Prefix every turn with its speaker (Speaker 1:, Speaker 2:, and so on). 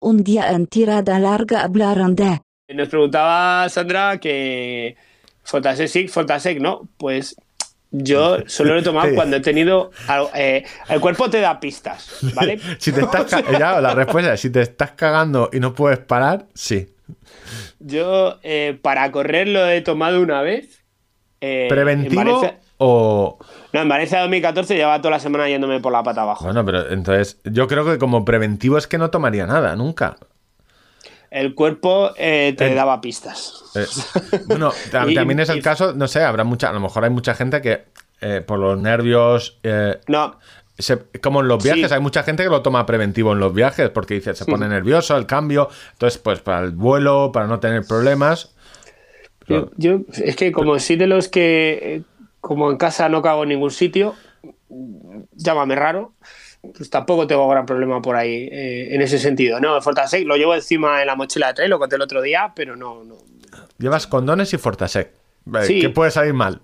Speaker 1: un día en tirada larga hablaron de...
Speaker 2: Nos preguntaba Sandra que Fotasec sí, Fotasec no. Pues yo solo lo he tomado cuando he tenido. algo- eh, el cuerpo te da pistas, ¿vale?
Speaker 3: Si te estás ca- ya, la respuesta es, si te estás cagando y no puedes parar, sí.
Speaker 2: Yo eh, para correr lo he tomado una vez. eh,
Speaker 3: ¿Preventivo
Speaker 2: En Valencia,
Speaker 3: o...?
Speaker 2: no, en Valencia 2014 llevaba toda la semana yéndome por la pata abajo.
Speaker 3: Bueno, pero entonces yo creo que como preventivo es que no tomaría nada, nunca.
Speaker 2: El cuerpo eh, te
Speaker 3: Eh,
Speaker 2: daba pistas.
Speaker 3: Eh, bueno, ta-
Speaker 2: Y-
Speaker 3: también es el
Speaker 2: y-
Speaker 3: caso, no sé, habrá mucha, a lo mejor hay mucha gente que eh, por los nervios... eh,
Speaker 2: No,
Speaker 3: se- como en los
Speaker 2: Sí.
Speaker 3: viajes, hay mucha gente que lo toma preventivo en los viajes porque dice, se pone nervioso el cambio, entonces pues para el vuelo, para no tener problemas.
Speaker 2: yo, yo- es que como soy de los que, eh, como en casa no cago en ningún sitio, mm, llámame raro, pues tampoco tengo gran problema por ahí eh, en ese sentido. No, el Fortasec lo llevo encima en la mochila de trail, lo conté el otro día, pero no, no,
Speaker 3: Llevas condones y Fortasec. Eh,
Speaker 2: Sí.
Speaker 3: ¿Qué puede salir mal?